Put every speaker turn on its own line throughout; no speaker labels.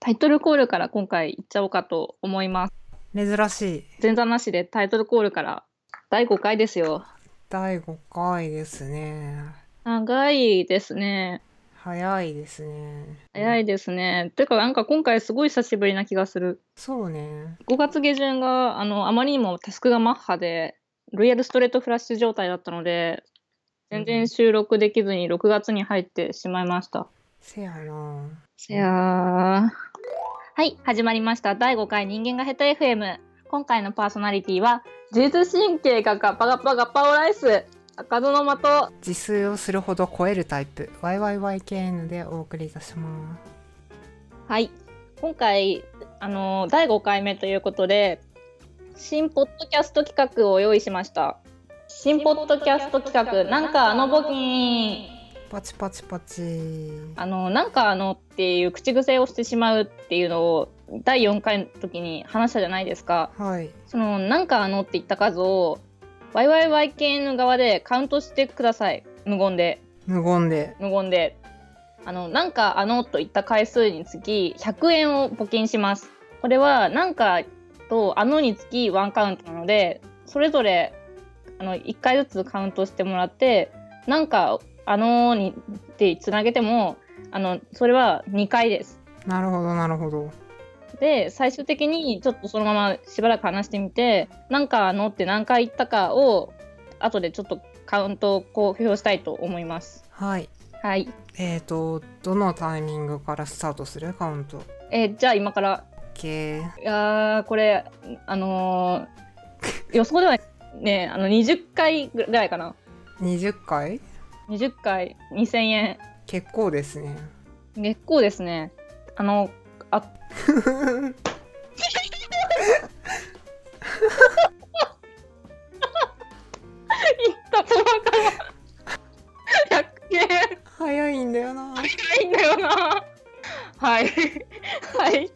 タイトルコールから今回いっちゃおうかと思います。
珍しい
前座なしでタイトルコールから第5回ですよ。
第5回ですね
長いですね。
早いですね
早
い
いですね。てかなんか今回すごい久しぶりな気がする。
そうね
5月下旬があのあまりにもタスクがマッハでロイヤルストレートフラッシュ状態だったので全然収録できずに6月に入ってしまいました。
せやな
せやーはい始まりました第5回人間が下手 FM 今回のパーソナリティは自律神経がガッパガッパガッパオライス赤戸の的
自炊をするほど超えるタイプ YYYKN でお送りいたしま
はい今回あのー第5回目ということで新ポッドキャスト企画を用意しました新ポッドキャスト企画なんかあの募金
すパチパチパチ
あのなんかあのっていう口癖をしてしまうっていうのを第4回の時に話したじゃないですか
はい
そのなんかあのって言った数を YYYKN 側でカウントしてください無言で
無言で
無言であのなんかあのといった回数につき100円を募金しますこれはなんかとあのにつきワンカウントなのでそれぞれあの1回ずつカウントしてもらってなんかあのにってつなげてもあのそれは2回です
なるほどなるほど
で最終的にちょっとそのまましばらく話してみてなんかあのって何回言ったかを後でちょっとカウントを公表したいと思います
はい
はい、
えーとどのタイミングからスタートするカウント
えーじゃあ今から
OK
いやーこれあのー予想ではねあの20回ぐらいかな
20回
20回2000円
結構ですね
結構ですねあの言ったとばから100円
早いんだよな
ないんだよなはいはいい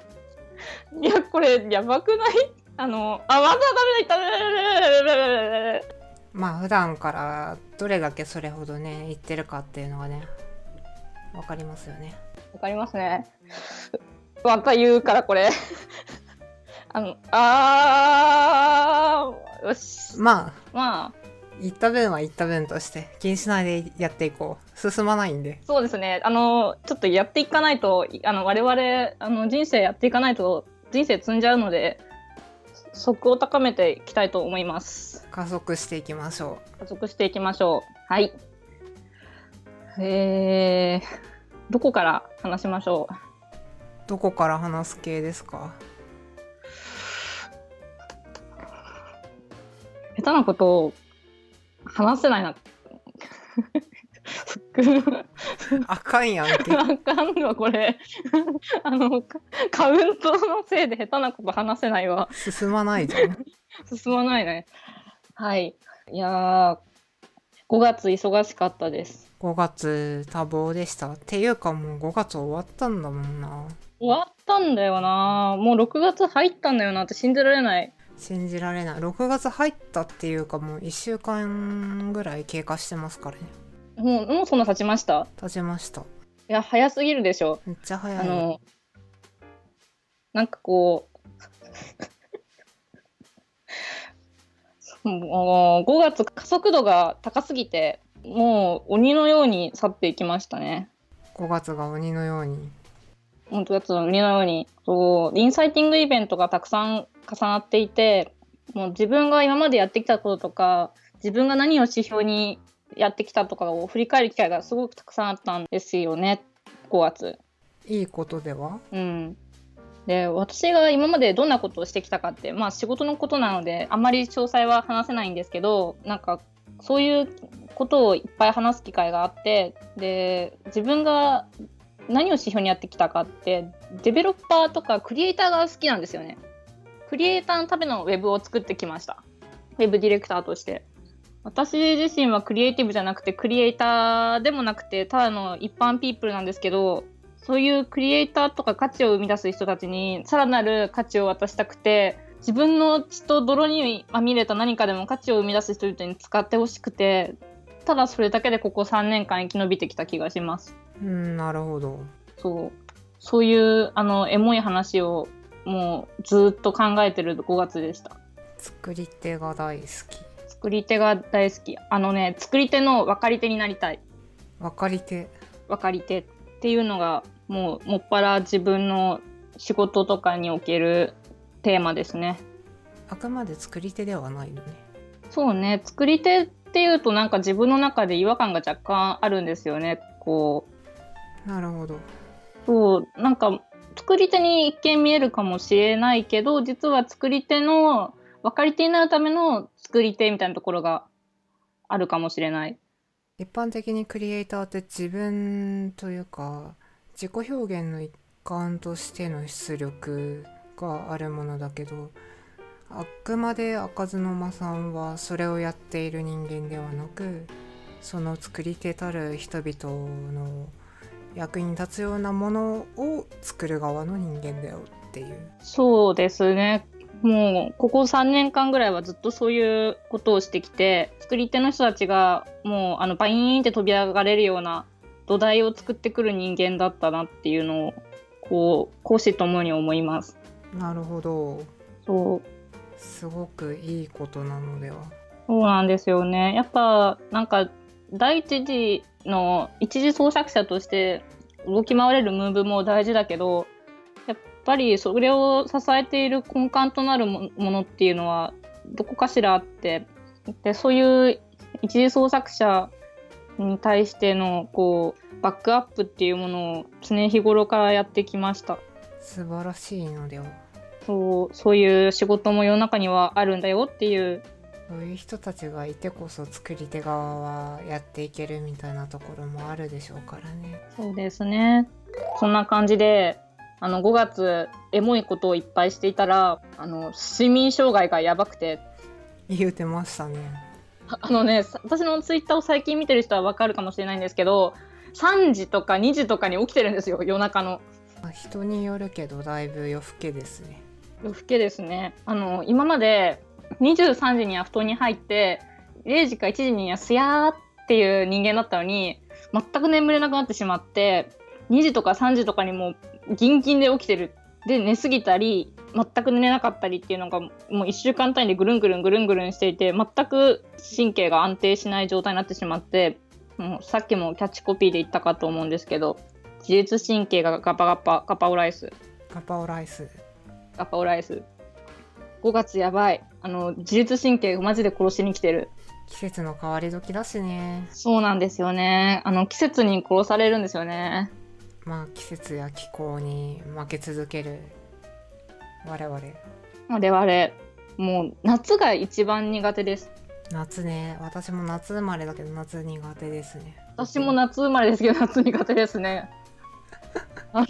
やこれやばくないあのあまだダメだ言った
まあ普段からどれだけそれほどね言ってるかっていうのがねわかりますよね
わかりますね。また言うからこれ。 あの、あー、よし。
まあ
まあ、
言った分は言った分として気にしないでやっていこう進まないんで
そうですね。あの、ちょっとやっていかないと、いあの、我々、あの、人生やっていかないと、人生積んじゃうので、速を高めていきたいと思います。
加速していきましょ
加速していきましょう。はい。えー、どこから話しましょう
うどこから話す系ですか
下手なことを話せないな。
あかんやんけ
あかんわこれ あのカカウントのせいで下手なこと話せないわ
進まないじゃん
進まないねはいいやー5月忙しかったです
5月多忙でしたっていうかもう5月終わったんだもんな
終わったんだよなもう6月入ったんだよなって信じられない
信じられない6月入ったっていうかもう1週間ぐらい経過してますからね
もうもうそんな経ちました
経ちました
いや早すぎるでしょ
めっちゃ早
あ
い
のなんかこう もう5月加速度が高すぎてもう鬼のように去っていきましたね
5月が鬼のように
本当やつの鬼のようにそうインサイティングイベントがたくさん重なっていてもう自分が今までやってきたこととか自分が何を指標にやってきたとかを振り返る機会がすごくたくさんあったんですよね5月。
いいことでは
うん、で私が今までどんなことをしてきたかって、まあ、仕事のことなのであんまり詳細は話せないんですけどなんかそういうことをいっぱい話す機会があってで自分が何を指標にやってきたかってデベロッパーとかクリエイターが好きなんですよね。クリエイターのためのウェブを作ってきました。ウェブディレクターとして。私自身はクリエイティブじゃなくてクリエイターでもなくてただの一般ピープルなんですけどそういうクリエイターとか価値を生み出す人たちにさらなる価値を渡したくて自分の血と泥にまみれた何かでも価値を生み出す人々に使ってほしくてただそれだけでここ3年間生き延びてきた気がします。
うんなるほど
そうそういうあのエモい話をもうずっと考えてる5月でした
作り手が大好き
作り手が大好きあのね作り手の分かり手になりたい
分かり手
分かり手っていうのがもうもっぱら自分の仕事とかにおけるテーマですね
あくまで作り手ではないのね
そうね作り手っていうとなんか自分の中で違和感が若干あるんですよねこう
なるほど
そうなんか作り手に一見見えるかもしれないけど実は作り手の分かり手になるための作り手みたいなところがあるかもしれない
一般的にクリエイターって自分というか自己表現の一環としての出力があるものだけどあくまで開かずの間さんはそれをやっている人間ではなくその作り手たる人々の役に立つようなものを作る側の人間だよっていう
そうですねもうここ3年間ぐらいはずっとそういうことをしてきて作り手の人たちがもうあのバイーンって飛び上がれるような土台を作ってくる人間だったなっていうのをこう講師ともに思います。
なるほど
そう
すごくいいことなのでは
そうなんですよね。やっぱなんか第一次の一次創作者として動き回れるムーブも大事だけどやっぱりそれを支えている根幹となるもものっていうのはどこかしらあってでそういう一次創作者に対してのこうバックアップっていうものを常日頃からやってきました。
素晴らしいのでは
そうそういう仕事も世の中にはあるんだよっていう
そういう人たちがいてこそ作り手側はやっていけるみたいなところもあるでしょうからね
そうですね。そんな感じで、あの5月エモいことをいっぱいしていたら、あの睡眠障害がやばくて、
言うてましたね
ああのね、さ私のツイッターを最近見てる人はわかるかもしれないんですけど、3時とか2時とかに起きてるんですよ、夜中の。
まあ人によるけどだいぶ夜更けですね
夜更けですね。あの今まで23時には布団に入って、0時か1時にはすやーっていう人間だったのに、全く眠れなくなってしまって、2時とか3時とかにもうギンギンで起きてる。で寝すぎたり全く寝れなかったりっていうのがもう1週間単位でぐるんぐるんぐるんぐるんしていて全く神経が安定しない状態になってしまってもうさっきもキャッチコピーで言ったかと思うんですけど自律神経がガパガパガパオライス
ガパオライス
ガパオライス。5月やばい。あの、自律神経マジで殺しに来てる。
季節の変わり時だしね
そうなんですよね。あの、季節に殺されるんですよね。
まあ季節や気候に負け続ける我々
我々、もう夏が一番苦手です。
夏ね私も夏生まれだけど夏苦手ですね
私も夏生まれですけど、夏苦手ですね。あの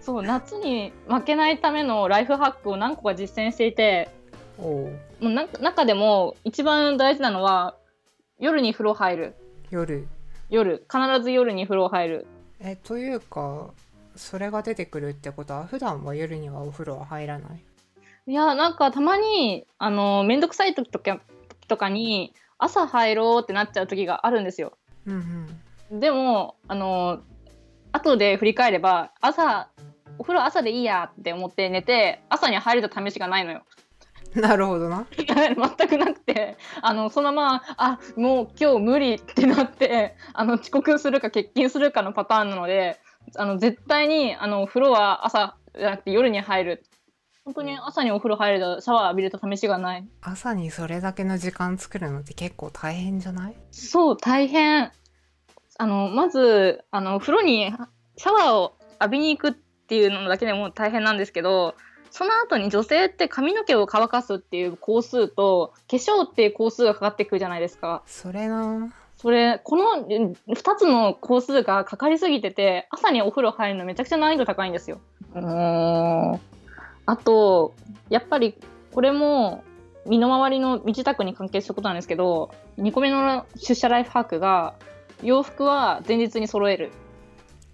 そう、夏に負けないためのライフハックを何個か実践していて、
おう
もうなんか中でも一番大事なのは、夜に風呂入る。
夜
夜、必ず夜に風呂入る。
えというかそれが出てくるってことは普段は夜にはお風呂は入らない
いやなんかたまにあのめんどくさい時とか時とかに朝入ろうってなっちゃう時があるんですよ
うんうん
でもあの後で振り返れば朝お風呂朝でいいやって思って寝て朝に入れた試しがないのよ
なるほどな。
全くなくてあのそのままあもう今日無理ってなってあの遅刻するか欠勤するかのパターンなのであの絶対にあの風呂は朝じゃなくて夜に入る本当に朝にお風呂入れたシャワー浴びれた試しがない
朝にそれだけの時間作るのって結構大変じゃない
そう大変あのまずあの風呂にシャワーを浴びに行くっていうのだけでも大変なんですけどその後に女性って髪の毛を乾かすっていう工数と化粧っていう工数がかかってくるじゃないですか
それな
それこの2つの工数がかかりすぎてて朝にお風呂入るのめちゃくちゃ難易度高いんですよ。あとやっぱりこれも身の回りの身支度に関係することなんですけど2個目の出社ライフハックが洋服は前日に揃える。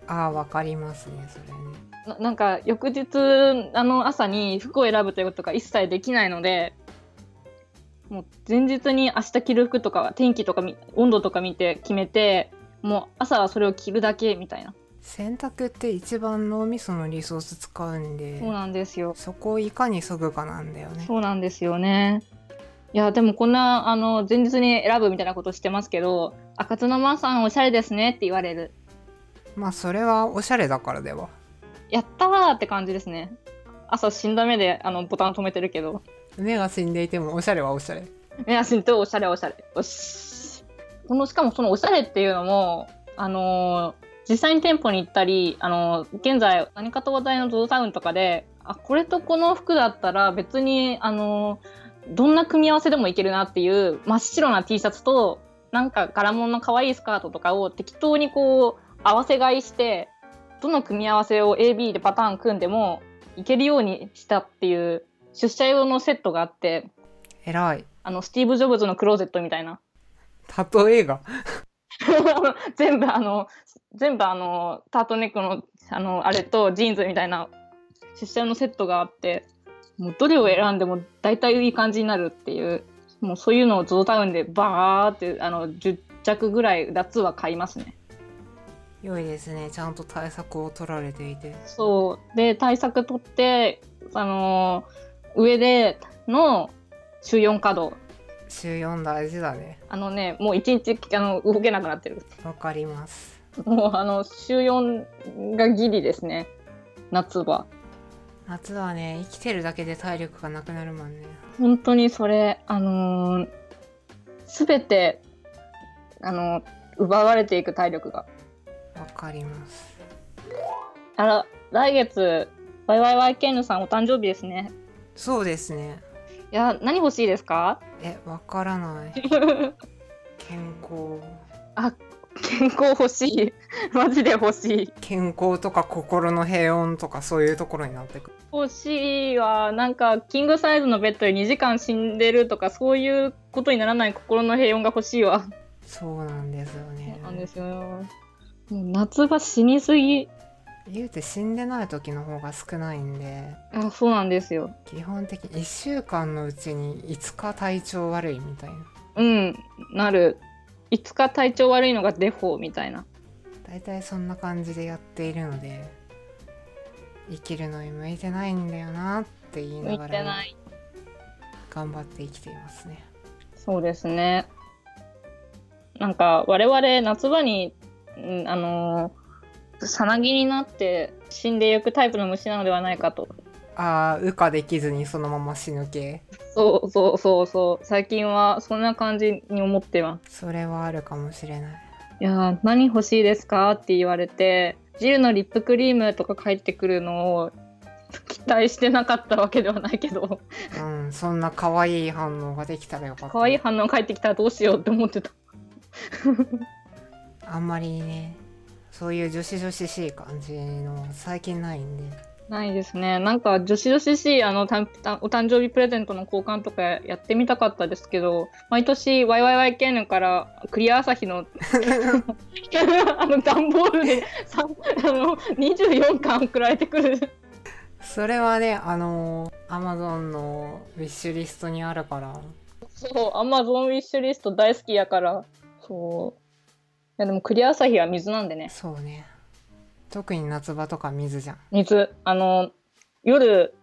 ああわかりますねそれね
ななんか翌日あの朝に服を選ぶということが一切できないのでもう前日に明日着る服とかは天気とかみ温度とか見て決めてもう朝はそれを着るだけみたいな
洗濯って一番脳みそのリソース使うんで
そうなんですよ。
そこをいかに削ぐかなんだよね
そうなんですよね。いやでもこんなあの前日に選ぶみたいなことしてますけど赤津のマンさんおしゃれですねって言われる
まあそれはおしゃれだからでは
やったーって感じですね朝死んだ目であのボタン止めてるけど
目が死んでいてもおしゃれはおしゃれ
目安にとおしゃれおしゃれおしこのしかもそのおしゃれっていうのもあのー実際に店舗に行ったりあのー現在何かと話題の ZOZO タウンとかであこれとこの服だったら別にあのーどんな組み合わせでもいけるなっていう真っ白な T シャツとなんか柄物の可愛いスカートとかを適当にこう合わせ買いしてどの組み合わせを AB でパターン組んでもいけるようにしたっていう出社用のセットがあって
偉い
あのスティーブ・ジョブズのクローゼットみたいな
例えが
全部あの全部あのタートルネックのあのあれとジーンズみたいな出社用のセットがあってもうどれを選んでも大体いい感じになるっていうもうそういうのをゾゾタウンでバーってあの10着ぐらい夏は買いますね。
良いですねちゃんと対策を取られていて
そうで対策取ってあの上での週4稼働
週4大事だね
あのねもう1日あの動けなくなってる。
わかります
もうあの週4がギリですね夏は
夏はね生きてるだけで体力がなくなるもんね
本当にそれあのー、全てあのー奪われていく体力が
わかります
あら来月 YYYKN さんお誕生日ですね
そうですね
いや何欲しいですか
えわからない 健康
あ健康欲しい マジで欲しい
健康とか心の平穏とかそういうところになってくる
欲しいはなんかキングサイズのベッドで2時間死んでるとかそういうことにならない心の平穏が欲しいわ
そうなんですよね
そうなんですよ。もう夏場死にすぎ。
言うて死んでない時の方が少ないんで
あ、そうなんですよ。
基本的に1週間のうちに5日体調悪いみたいな
うん、なる。5日体調悪いのがデフォみたいな。
大体そんな感じでやっているので生きるのに向いてないんだよなって言い
向
ないが
て
ら
ない。
頑張って生きていますね
そうですね。なんか我々夏場に、うん、あのーさなぎになって死んでいくタイプの虫なのではないかと。
ああ羽化できずにそのまま死ぬ系
そうそうそうそう。最近はそんな感じに思ってます。
それはあるかもしれない
いやー何欲しいですかって言われてジルのリップクリームとか返ってくるのを期待してなかったわけではないけど
うんそんな可愛い反応ができたらよかった
可愛い反応返ってきたらどうしようって思ってた
あんまりねそういう女子女子しい感じの最近ないんで
ないですねなんか女子女子しいあのたんたんお誕生日プレゼントの交換とかやってみたかったですけど毎年 YYYKN からクリア朝日の あの段ボールでさあの24巻送られてくる
それはねあのアマゾンのウィッシュリストにあるから
そう、アマゾンウィッシュリスト大好きやから、そう。いやでも、クリア朝日は水なんでね。
そうね特に夏場とか水じゃん
水。あの、夜、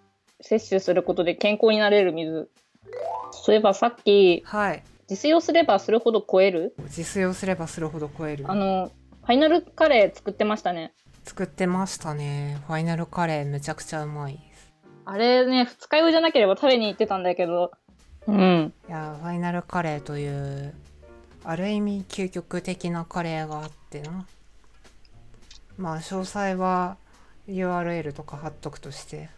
摂取することで健康になれる水。そういえばさっき、
はい
実用すればするほど超える
実用すればするほど超える
あの、ファイナルカレー作ってましたね。
作ってましたねファイナルカレーめちゃくちゃうまいです
あれね、二日酔いじゃなければ食べに行ってたんだけど、うん。
いやファイナルカレーというある意味究極的なカレーがあってなまあ詳細は URL とか貼っとくとして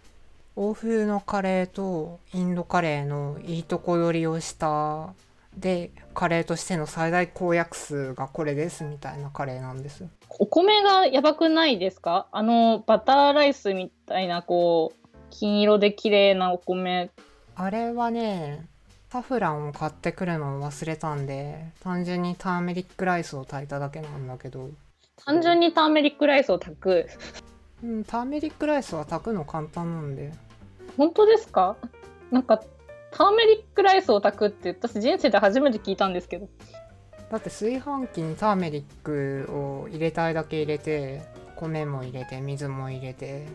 欧風のカレーとインドカレーのいいとこ取りをしたでカレーとしての最大公約数がこれですみたいなカレーなんです
お米がやばくないですかあの、バターライスみたいな、こう、金色で綺麗なお米
あれはね、サフランを買ってくるのを忘れたんで、単純にターメリックライスを炊いただけなんだけど、
単純にターメリックライスを炊く
うん、ターメリックライスは炊くの簡単なんで、
本当ですかなんかターメリックライスを炊くって私人生で初めて聞いたんですけど
だって炊飯器にターメリックを入れたいだけ入れて、米も入れて水も入れて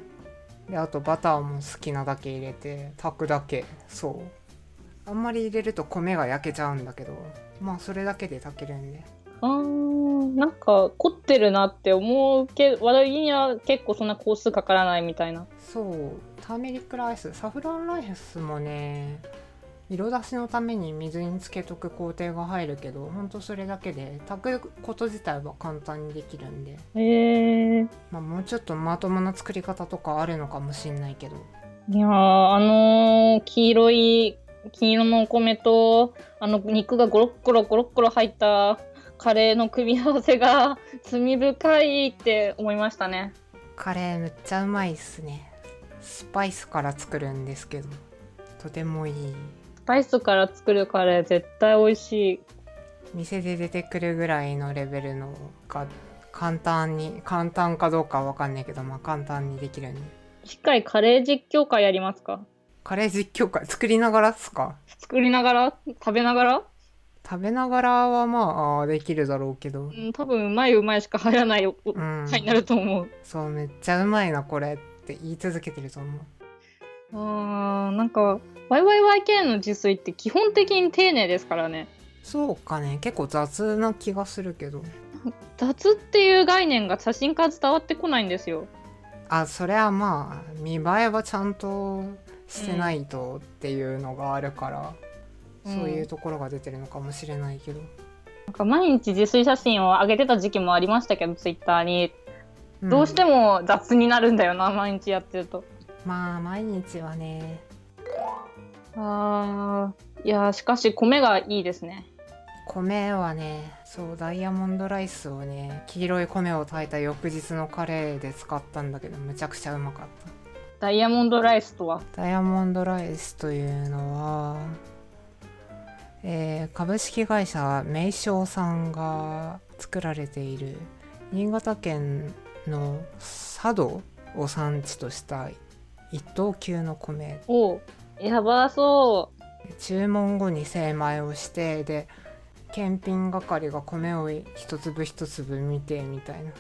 であとバターも好きなだけ入れて炊くだけそうあんまり入れると米が焼けちゃうんだけどまあそれだけで炊けるんで
あーなんか凝ってるなって思うけど割には結構そんな工数かからないみたいな
そうターメリックライスサフランライスもね色出しのために水につけとく工程が入るけどほんとそれだけで炊くこと自体は簡単にできるんで、
へえー、
まあ、もうちょっとまともな作り方とかあるのかもしんないけど
いやーあのー黄色い黄色のお米とあの肉がゴロッゴロゴロッゴロ入ったカレーの組み合わせが 罪深いって思いましたね
カレーめっちゃうまいっすねスパイスから作るんですけどとてもいい
スパイスから作るカレー絶対美味しい
店で出てくるぐらいのレベルのが簡単に簡単かどうかは分かんないけどまあ簡単にできるんで
次回カレー実況会やりますか
カレー実況会作りながらっすか
作りながら食べながら、
食べながらはまああーできるだろうけど
うん、多分うまいうまいしか入らないおお
うん
回になると思う
そうめっちゃうまいなこれって言い続けてると思う
あーなんか YYYK の自炊って基本的に丁寧ですからね
そうかね結構雑な気がするけど
雑っていう概念が写真から伝わってこないんですよ
あそれはまあ見栄えはちゃんとしてないとっていうのがあるから、
うん
そういうところが出てるのかもしれないけど、
なんか毎日自炊写真を上げてた時期もありましたけどツイッターにどうして
も
も雑になるんだよな毎日やってると
まあ毎日はね
あーいやーしかし米がいいですね
米はねそうダイヤモンドライスをね黄色い米を炊いた翌日のカレーで使ったんだけどむちゃくちゃうまかった
ダイヤモンドライスとは
ダイヤモンドライスというのは、えー株式会社名称さんが作られている新潟県の佐渡を産地とした一等級の米
おうやばそう
注文後に精米をしてで検品係が米を一粒一粒見てみたいな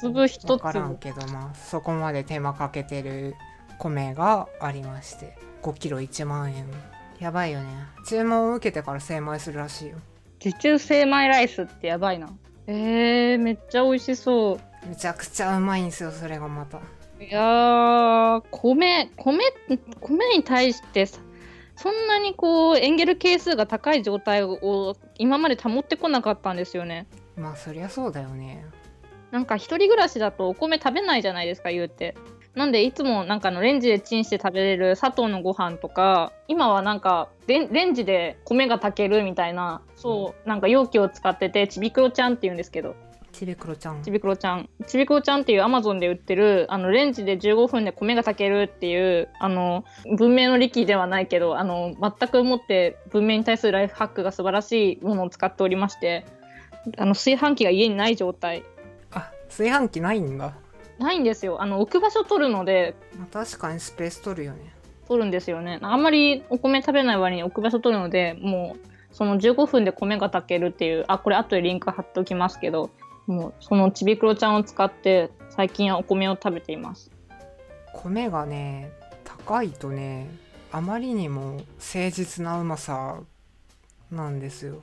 粒一
分から
粒
んけどまあそこまで手間かけてる米がありまして5キロ1万円やばいよね注文を受けてから精米するらしいよ
受注精米ライスってやばいなえー、めっちゃ美味しそう
むちゃくちゃうまいんですよそれがまた
いやー米米米に対してさそんなにこうエンゲル係数が高い状態を今まで保ってこなかったんですよね
まあそりゃそうだよね
なんか一人暮らしだとお米食べないじゃないですか言うてなんでいつもなんかあのレンジでチンして食べれる砂糖のご飯とか今はなんかレンレンジで米が炊けるみたいなそうなんか容器を使っててちびくろちゃんって言うんですけど
ちびくろちゃん
ちびくろちゃん。ちびくろちゃんっていうアマゾンで売ってる、あの、レンジで15分で米が炊けるっていう、あの、文明の利器ではないけど、あの、全くもって文明に対するライフハックが素晴らしいものを使っておりまして、あの、炊飯器が家にない状態。
あ炊飯器ないんだ、
ないんですよ。あの、置く場所取るので、
まあ、確かにスペース取るよね
取るんですよね。あんまりお米食べない割に置く場所取るので、もう、その15分で米が炊けるっていう、あ、これ後でリンク貼っておきますけど、もう、そのちびくろちゃんを使って、最近はお米を食べています。
米がね高いとねあまりにも誠実なうまさなんですよ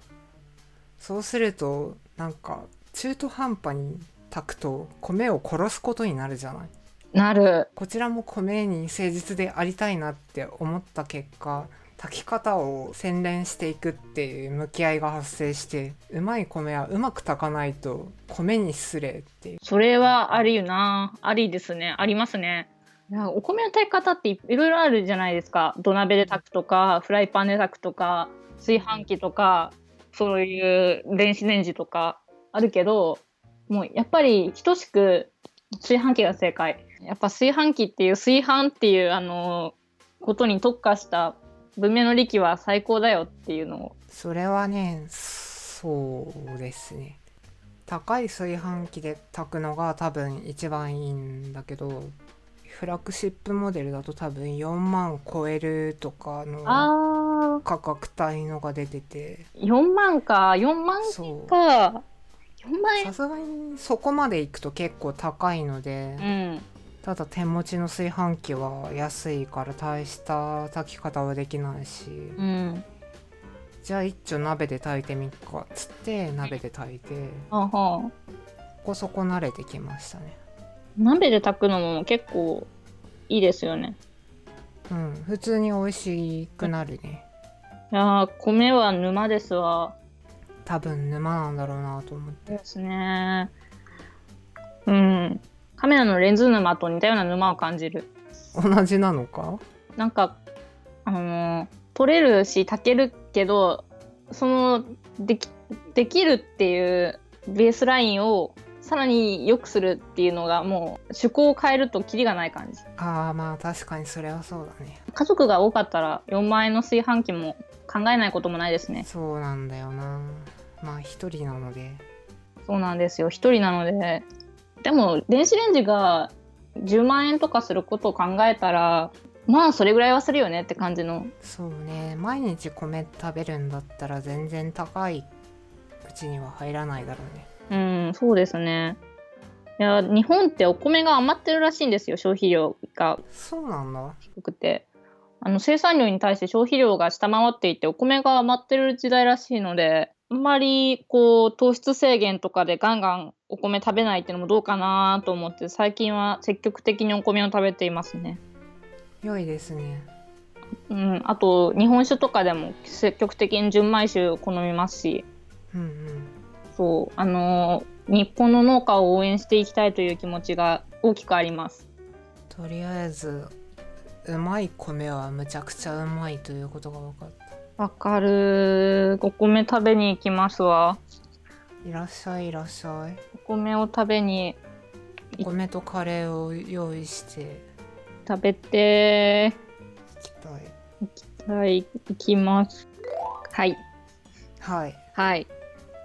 そうするとなんか中途半端に炊くと米を殺すことになるじゃない
なる。
こちらも米に誠実でありたいなって思った結果炊き方を洗練していくっていう向き合いが発生してうまい米はうまく炊かないと米に失礼っていう
それはありよな。ありですね。ありますね。いやお米の炊き方っていいろいろあるじゃないですか。土鍋で炊くとか、フライパンで炊くとか、炊飯器とか、そういう電子レンジとかあるけど、もうやっぱり等しく炊飯器が正解。やっぱ炊飯器っていう炊飯っていうあのことに特化した文明の利器は最高だよっていうのを。
それはねそうですね高い炊飯器で炊くのが多分一番いいんだけどフラッグシップモデルだと多分4万超えるとかの
ああ、
価格帯のが出てて
4万か、4万
そう
か。んま
さすがにそこまで行くと結構高いので、
うん
ただ手持ちの炊飯器は安いから大した炊き方はできないし、
うん
じゃあ一丁鍋で炊いてみっかっつって鍋で炊いて
はあはあ
そこそこ慣れてきましたね
鍋で炊くのも結構いいですよね
うん普通に美味しくなるね
いやー米は沼ですわ
多分沼なんだろうなと思って
ですねうんカメラのレンズ沼と似たような沼を感じる
同じなのか
なんかあの取れるし炊けるけどそのできできるっていうベースラインをさらに良くするっていうのがもう趣向を変えるとキリがない感じ
ああまあ確かにそれはそうだね
家族が多かったら4万円の炊飯器も考えないこともないですね
そうなんだよなまあ一人なので
そうなんですよ一人なのででも電子レンジが10万円とかすることを考えたらまあそれぐらいはするよねって感じの
そうね毎日米食べるんだったら全然高いうちには入らないだろうね
うんそうですねいや日本ってお米が余ってるらしいんですよ消費量が
そうなんだ
低くてあの生産量に対して消費量が下回っていてお米が余ってる時代らしいのであんまりこう糖質制限とかでガンガンお米食べないっていうのもどうかなと思って最近は積極的にお米を食べていますね。
良いですね
うん、あと日本酒とかでも積極的に純米酒を好みますし
うんうん
そうあのー日本の農家を応援していきたいという気持ちが大きくあります
とりあえずうまい米はむちゃくちゃうまいということが分かった
わかるお米食べに行きますわ
いらっしゃいいらっしゃい
お米を食べに
お米とカレーを用意して
食べて
いきたい
はい行きますはい
はい
はい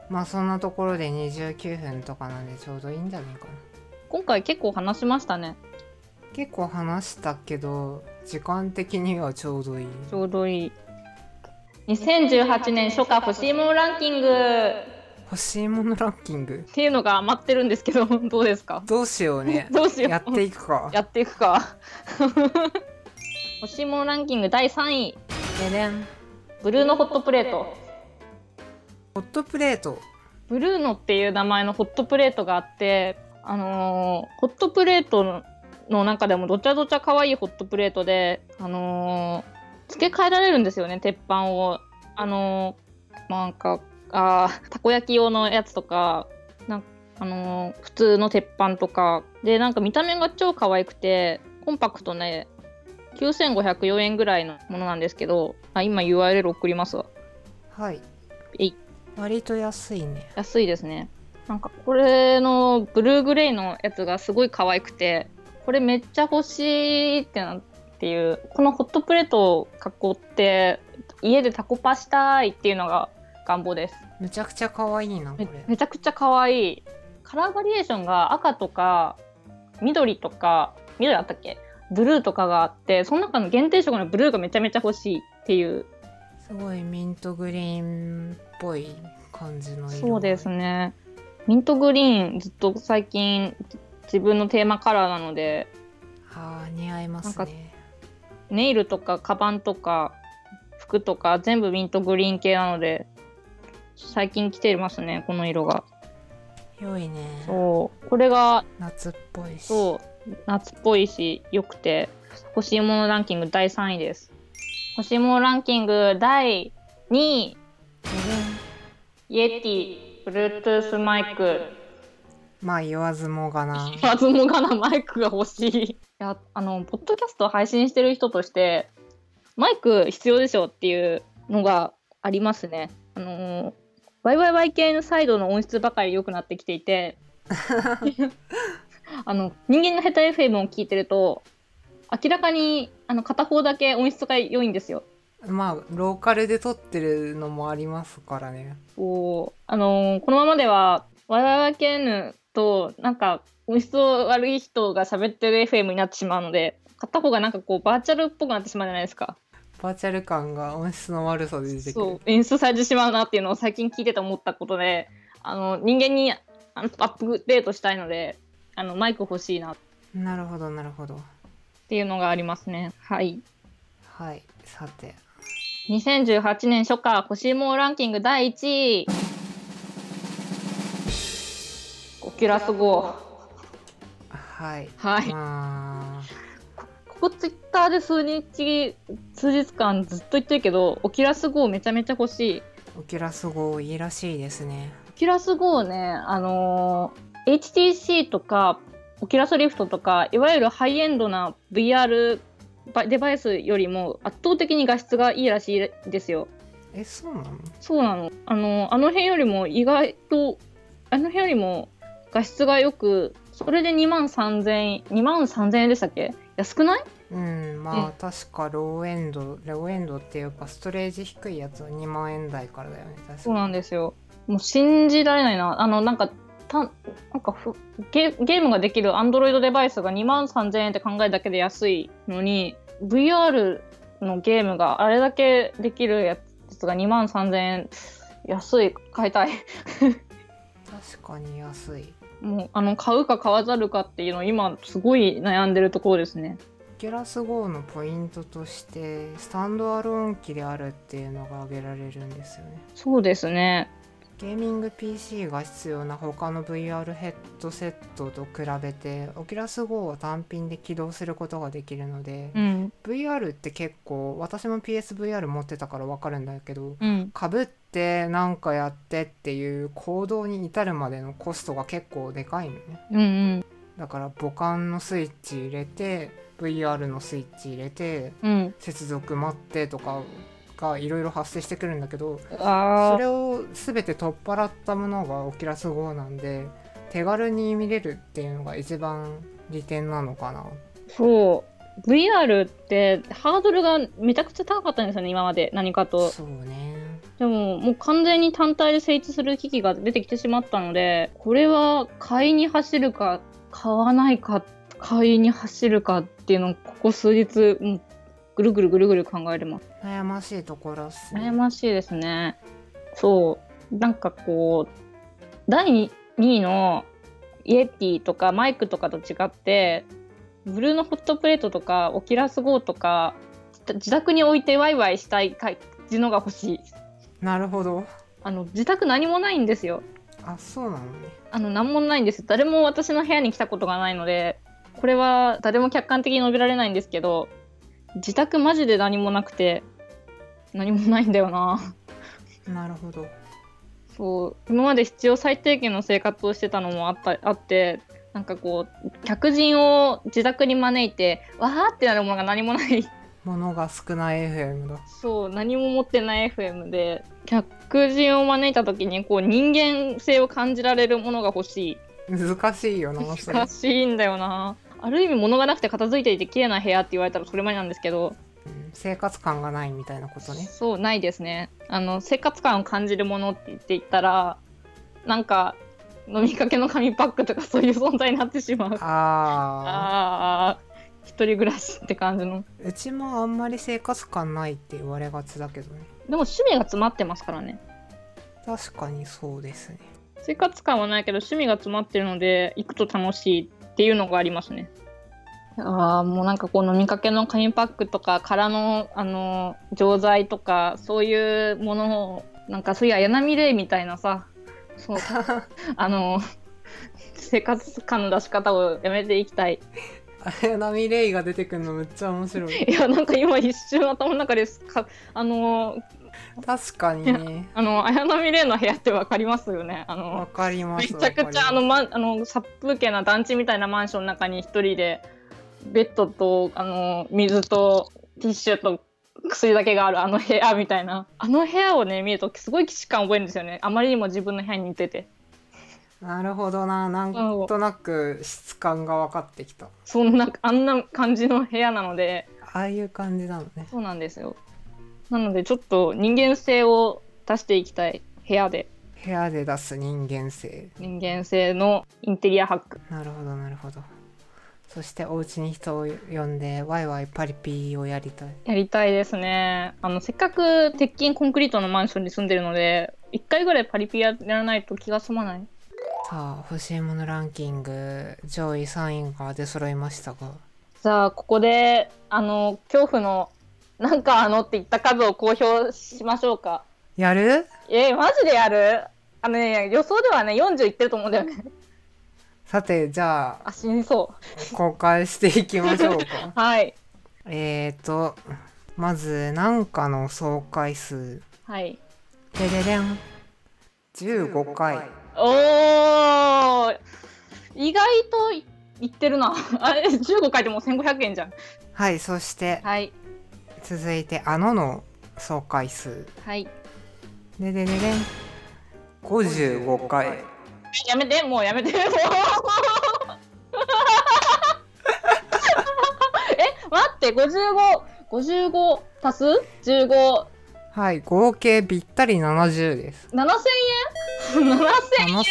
まあそんなところで29分とかなんでちょうどいいんじゃないかな
今回結構話しましたね
結構話したけど時間的にはちょうどいい
ちょうどいい2018年初夏欲しいものランキングっ
欲しいものランキング
ていうのが余ってるんですけど どうですか
どうしようね
どうしよう
やっていくか
やっていくか。 欲しいものランキング第3位、
ででん
ブルーノホットプレート。
ホットプレート
ブルーノっていう名前のホットプレートがあって、あのーホットプレートの中でもどちゃどちゃ可愛いホットプレートで、あのー付け替えられるんですよね、鉄板を。あのーなんか、あーたこ焼き用のやつとか、なんあのー普通の鉄板とか。で、なんか見た目が超可愛くて、コンパクトね、9504円ぐらいのものなんですけど、あ今 URL 送りますわ。
はい
えい
割と安いね
安いですねなんかこれのブルーグレイのやつがすごい可愛くてこれめっちゃ欲しいってなっていうこのホットプレートを囲って家でタコパしたいっていうのが願望です
むちゃくちゃ可愛いなこ
め
れ
めちゃくちゃ可愛いカラーバリエーションが赤とか緑とか緑あったっけブルーとかがあってその中の限定色のブルーがめちゃめちゃ欲しいっていう
すごいミントグリーンっぽい感じの色
そうですね。ミントグリーンずっと最近自分のテーマカラーなので
あー似合います
なんか
ね
ネイルとかカバンとか服とか全部ミントグリーン系なので最近来てますねこの色が。
良いね
そうこれが
夏っぽいし
そう夏っぽいし良くて欲しいものランキング第3位です。欲しいものランキング第2位イエティ Bluetooth マイク。
まあ言わずも がな
まずもがなマイクが欲しい。いや、あの、ポッドキャストを配信してる人として、マイク必要でしょっていうのがありますね。あのー、YYY 系のサイドの音質ばかり良くなってきてい て、あの、人間のヘタ FM を聞いてると、明らかにあの片方だけ音質が良いんですよ。
まあローカルで撮ってるのもありますからね
こうあのーこのままではわいわいわけぬとなんか音質の悪い人が喋ってる FM になってしまうので片方がなんかこうバーチャルっぽくなってしまうじゃないですか
バーチャル感が音質の悪さで出てく
そ
る
う演出されてしまうなっていうのを最近聞いてて思ったことであの人間にあのアップデートしたいのであのマイク欲しいなっ
なるほどなるほど
ていうのがありますね。はい
はいさて
2018年初夏欲しいものランキング第1位オキュラス号
はい
はい
まあ
ここツイッターで数日数日間ずっと言ってるけどオキュラス号めちゃめちゃ欲しい
オキュラス号いいらしいですね
オキュラス号ねあのー HTC とかオキュラスリフトとかいわゆるハイエンドな VR バデバイスよりも圧倒的に画質がいいらしいですよ
えそうなの
そうなの。あの、あの辺よりも意外と、あの辺よりも画質がよく、それで2万3000円、2万3000円でしたっけ安くない
うんまあ確かローエンドローエンドっていうかストレージ低いやつは2万円台からだよね確か
そうなんですよ。もう信じられないな。あの、なんか、たなんかふゲゲームができる Android デバイスが2万3000円って考えるだけで安いのに、VR のゲームがあれだけできるやつが2万3000円。安い。買いたい。
確かに安い
もうあの買うか買わざるかっていうのを今すごい悩んでるところですね。
オキュラス号のポイントとしてスタンドアローン機であるっていうのが挙げられるんですよね
そうですね。
ゲーミング PC が必要な他の VR ヘッドセットと比べてオキュラス号は単品で起動することができるので、
うん。
VR って結構私も PSVR 持ってたから分かるんだけど
うん。
かぶってなんかやってっていう行動に至るまでのコストが結構でかいのね
うんうん。
だから母艦のスイッチ入れて VR のスイッチ入れて
うん。
接続待ってとかがいろいろ発生してくるんだけど
あ
そ
あ。
れを全て取っ払ったものがオキュラス号なんで手軽に見れるっていうのが一番利点なのかな
そう。VR ってハードルがめちゃくちゃ高かったんですよね、今まで何かと。
そうね
でも、もう完全に単体で成立する機器が出てきてしまったので、これは買いに走るか、買わないか、買いに走るかっていうのを、ここ数日、もうぐるぐるぐるぐる考えてます。
悩ましいところっすね
悩ましいですね。そう。なんかこう、第2位のイエティとかマイクとかと違って、ブルーのホットプレートとかオキュラス号とか、自自宅に置いてワイワイしたい感じのが欲しい。
なるほど
あの、自宅何もないんですよ。
あそうなのね
あの、何もないんです。誰も私の部屋に来たことがないので、これは誰も客観的に述べられないんですけど、自宅マジで何もなくて、何もないんだよな。
なるほど
そう今まで必要最低限の生活をしてたのもあったあってなんかこう客人を自宅に招いてわーってなるものが何もない
物が少ない FM だ
そう何も持ってない FM で客人を招いた時にこう人間性を感じられるものが欲しい
難しいよなそれ
難しいんだよなある意味物がなくて片付いていて綺麗な部屋って言われたらそれまでなんですけど
うん生活感がないみたいなことね
そうないですねあの生活感を感じるものって言っていったらなんか飲みかけの紙パックとかそういう存在になってしまう
ああ
ああ一人暮らしって感じの
うちもあんまり生活感ないって言われがちだけどね
でも趣味が詰まってますからね
確かにそうですね
生活感はないけど趣味が詰まってるので行くと楽しいっていうのがありますねああもうなんかこう飲みかけの紙パックとか空のあの錠剤とかそういうものをなんかそういう綾波レイみたいなさ そうあの生活感の出し方をやめていきたい
綾 波レイが出てくるのめっちゃ面白い
いやなんか今一瞬頭の中ですかあの
確かにね
あの綾波レイの部屋ってわかりますよね。あ
わ
の
かりま
め
す
ちゃくちゃあの,、ま、あの殺風景な団地みたいなマンションの中に一人でベッドとあの水とティッシュと薬だけがあるあの部屋みたいなあの部屋をね見るとすごい既視感覚えるんですよねあまりにも自分の部屋に似てて
なるほどななんとなく質感が分かってきた
そんなあんな感じの部屋なので
ああいう感じなのね
そうなんですよなのでちょっと人間性を出していきたい部屋で
部屋で出す人間性
人間性のインテリアハック
なるほどなるほどそしてお家に人を呼んでワイワイパリピーをやりたい
やりたいですねあのせっかく鉄筋コンクリートのマンションに住んでるので一回ぐらいパリピやらないと気が済まない
さあ欲しいものランキング上位3位が出揃いましたが
じゃあここであの恐怖のなんかあのって言った数を公表しましょうか
やる
えー、マジでやるあのね予想ではね40いってると思うんだよね
さてじゃあ
あ死にそ
公開していきましょうか
うはい
えーとまずなんかの総回数
はい
でででん15回
おー意外といいってるなあれ15回でもう1500円じゃん
はいそして
はい
続いてあのの総回数
はい
ででででん55回
やめてもうやめても うえ待って5555足す157000
はい合計ぴったり70です
円7000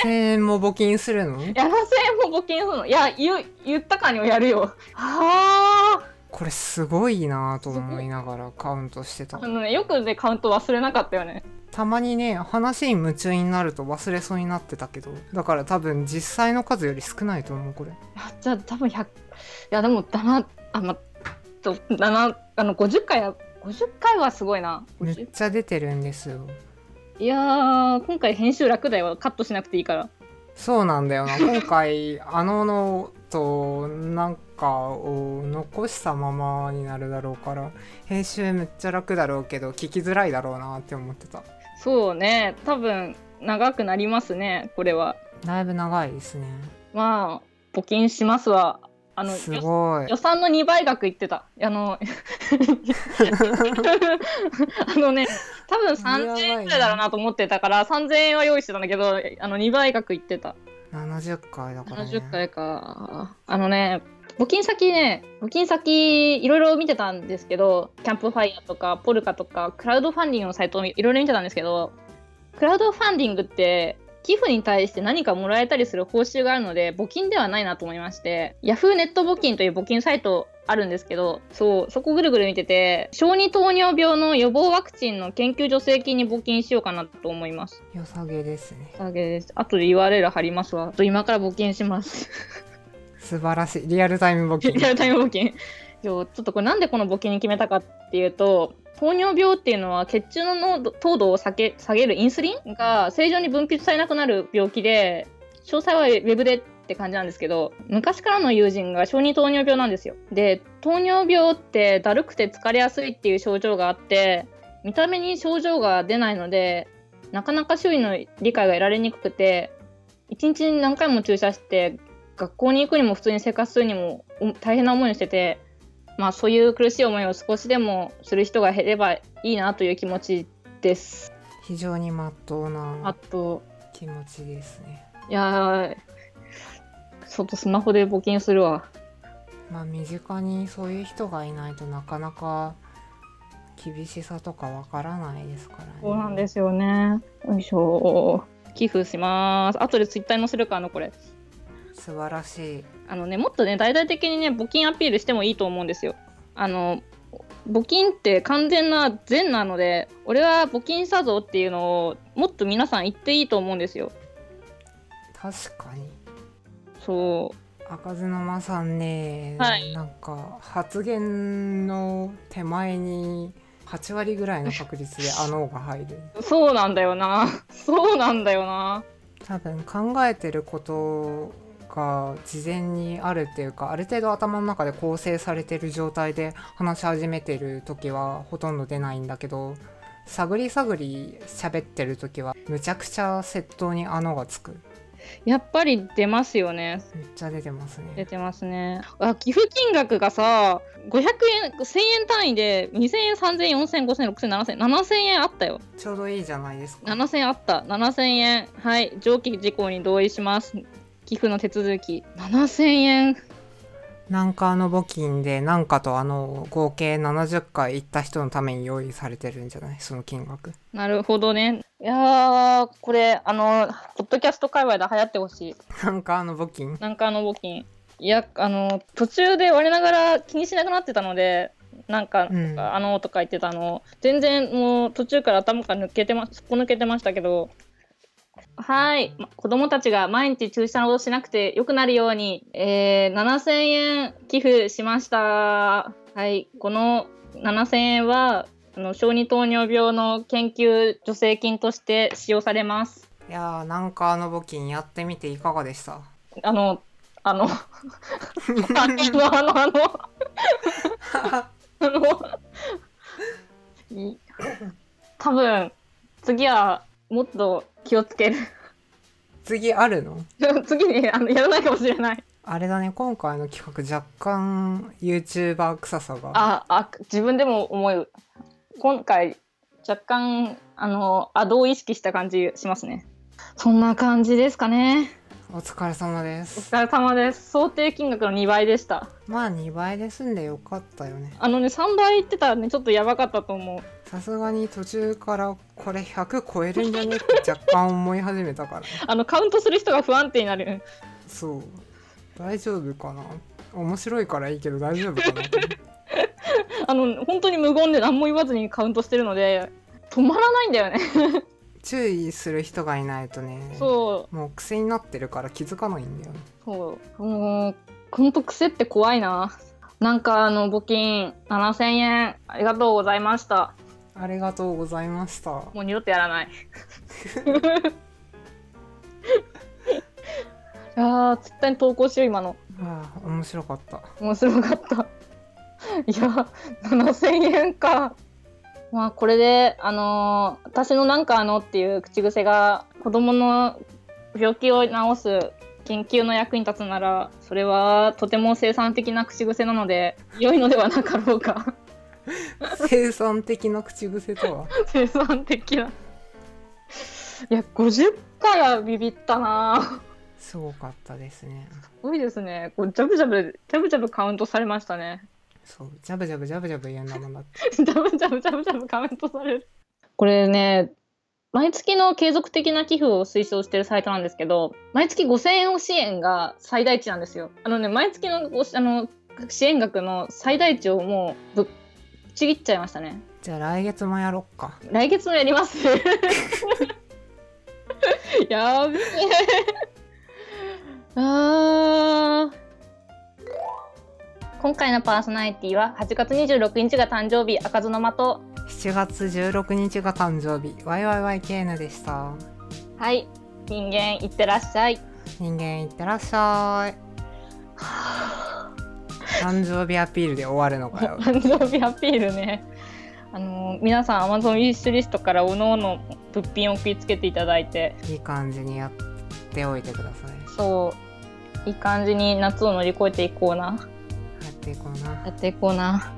7000円も募金するの
7000円も募金するのいや言う言ったかにはやるよは
これすごいなと思いながらカウントしてた
あのねよくねカウント忘れなかったよね
たまにね話に夢中になると忘れそうになってたけどだから多分実際の数より少ないと思うこれ
あじゃあ多分100いやでもだなあまとだなあの50回は50回はすごいな
めっちゃ出てるんですよ
いやー今回編集楽だよカットしなくていいから
そうなんだよ な今回あののとなんかを残したままになるだろうから編集めっちゃ楽だろうけど聞きづらいだろうなって思ってた
そうね多分長くなりますねこれは
だいぶ長いですね
まあ募金しますわあの
す
よ
ごい
予算の2倍額言ってたあの あのね多分3000円くらいだろうなと思ってたから3000円は用意してたんだけどあの2倍額言ってた
70回だから、ね、
70回かあのね募金先ね募金先いろいろ見てたんですけどキャンプファイヤーとかポルカとかクラウドファンディングのサイトをいろいろ見てたんですけどクラウドファンディングって寄付に対して何かもらえたりする報酬があるので募金ではないなと思いまして Yahoo ネット募金という募金サイトあるんですけどそうそこぐるぐる見てて小児糖尿病の予防ワクチンの研究助成金に募金しようかなと思います。
良さげですね
あげです後で URL 貼りますわあと今から募金します。
素晴らしいリアルタイム募金
リアルタイム募 金。いやちょっとこれなんでこの募金に決めたかっていうと糖尿病っていうのは血中の濃度糖度を下げ下げるインスリンが正常に分泌されなくなる病気で詳細はウェブでって感じなんですけど昔からの友人が小児糖尿病なんですよ。で糖尿病ってだるくて疲れやすいっていう症状があって見た目に症状が出ないのでなかなか周囲の理解が得られにくくて一日に何回も注射して学校に行くにも普通に生活するにもお大変な思いをしてて、まあ、そういう苦しい思いを少しでもする人が減ればいいなという気持ちです。
非常にまっとう
あ
な
と
気持ちですね
いやーちょっとスマホで募金するわ。
まあ身近にそういう人がいないとなかなか厳しさとかわからないですからね
そうなんですよね。よいしょ。寄付します。あとでツイッターに載せるからあのこれ。
素晴らしい
あのね、もっとね、大々的にね、募金アピールしてもいいと思うんですよ。あの、募金って完全な善なので、俺は募金したぞっていうのを、もっと皆さん言っていいと思うんですよ。
確かに
そ
赤ずの間さんね、
はい
なんか発言の手前に8割ぐらいの確率で「あの」が入る
う、そうなんだよな。 そうなんだよな。
多分考えてることが事前にあるっていうかある程度頭の中で構成されてる状態で話し始めてる時はほとんど出ないんだけど探り探り喋ってる時はむちゃくちゃ窃盗に「あの」がつく
やっぱり出ますよね。
めっちゃ出てますね
出てますね。あ、寄付金額がさ、500円、1000円単位で、2000円、3000円、4000円、5000円、6000円、7000円、7000円あったよ。
ちょうどいいじゃないですか
7000円あった7000円はい上記事項に同意します寄付の手続き7000円
なんかあの募金でなんかとあの合計70回行った人のために用意されてるんじゃないその金額
なるほどねいやーこれあのポッドキャスト界隈で流行ってほしい
なんかあの募金
なんかあの募金いやあの途中で我ながら気にしなくなってたのでなんか、
うん
あのとか言ってたの全然もう途中から頭から抜けてますっぽ抜けてましたけどはい、ま子どもたちが毎日注射をしなくてよくなるように、えー7000円寄付しました。はい、この7000円はあの小児糖尿病の研究助成金として使用されます。
いやーなんかあの募金やってみていかがでした
あのあのあのあのあのあのい多分次はもっと気をつける
次あるの
次にあのやらないかもしれない
あれだね今回の企画若干 YouTuber 臭さが
ああ自分でも思う今回若干あのアドを意識した感じしますねそんな感じですかね
お疲れ様で
お
す
疲れ様です想定金額の2倍でした
まあ2倍で済んでよかったよね
あのね3倍言ってたらねちょっとやばかったと思う
さすがに途中からこれ100超えるんじゃねって若干思い始め たからね
あのカウントする人が不安定になる
そう大丈夫かな面白いからいいけど大丈夫かなと思って
あの本当に無言で何も言わずにカウントしてるので止まらないんだよね
注意する人がいないとね
そ
もう癖になってるから気づかないんだよね
うそうもうほんと癖って怖いななんかあの募金7000円ありがとうございました
ありがとうございました
もう二度とやらない いやーツイッターに投稿しよう今の
ああ面白かった
面白かった。 いや、7000円か。まあ、これで、あのー私のなんかあのっていう口癖が、子供の病気を治す研究の役に立つなら、それはとても生産的な口癖なので、良いのではなかろうか。
生産的な口癖とは
生産的な。いや、50回はビビったな。
すごかったですね
すごいですね。こうジャブジャブ、ジャブジャブカウントされましたね。
そうジャブジャブジャブジャブ言うんだもんだって
ジャブジャブジャブジャブカメントされる。これね、毎月の継続的な寄付を推奨してるサイトなんですけど、毎月5000円を支援が最大値なんですよ。あのね、毎月のごあの支援額の最大値をもうぶっちぎっちゃいましたね。
じゃあ来月もやろっか
来月もやり ます。やべえ。 あー今回のパーソナリティは8月26日が誕生日赤ずの間と
7月16日が誕生日 YYYKN でした
はい人間いってらっしゃい
人間いってらっしゃい誕生日アピールで終わるのかよ
誕生日アピールねあの皆さん Amazon ウィッシュリストからおのおの物品を送りつけていただいて
いい感じにやっておいてください
そういい感じに夏を乗り越えていこうな
やっていこうな
やっていこうな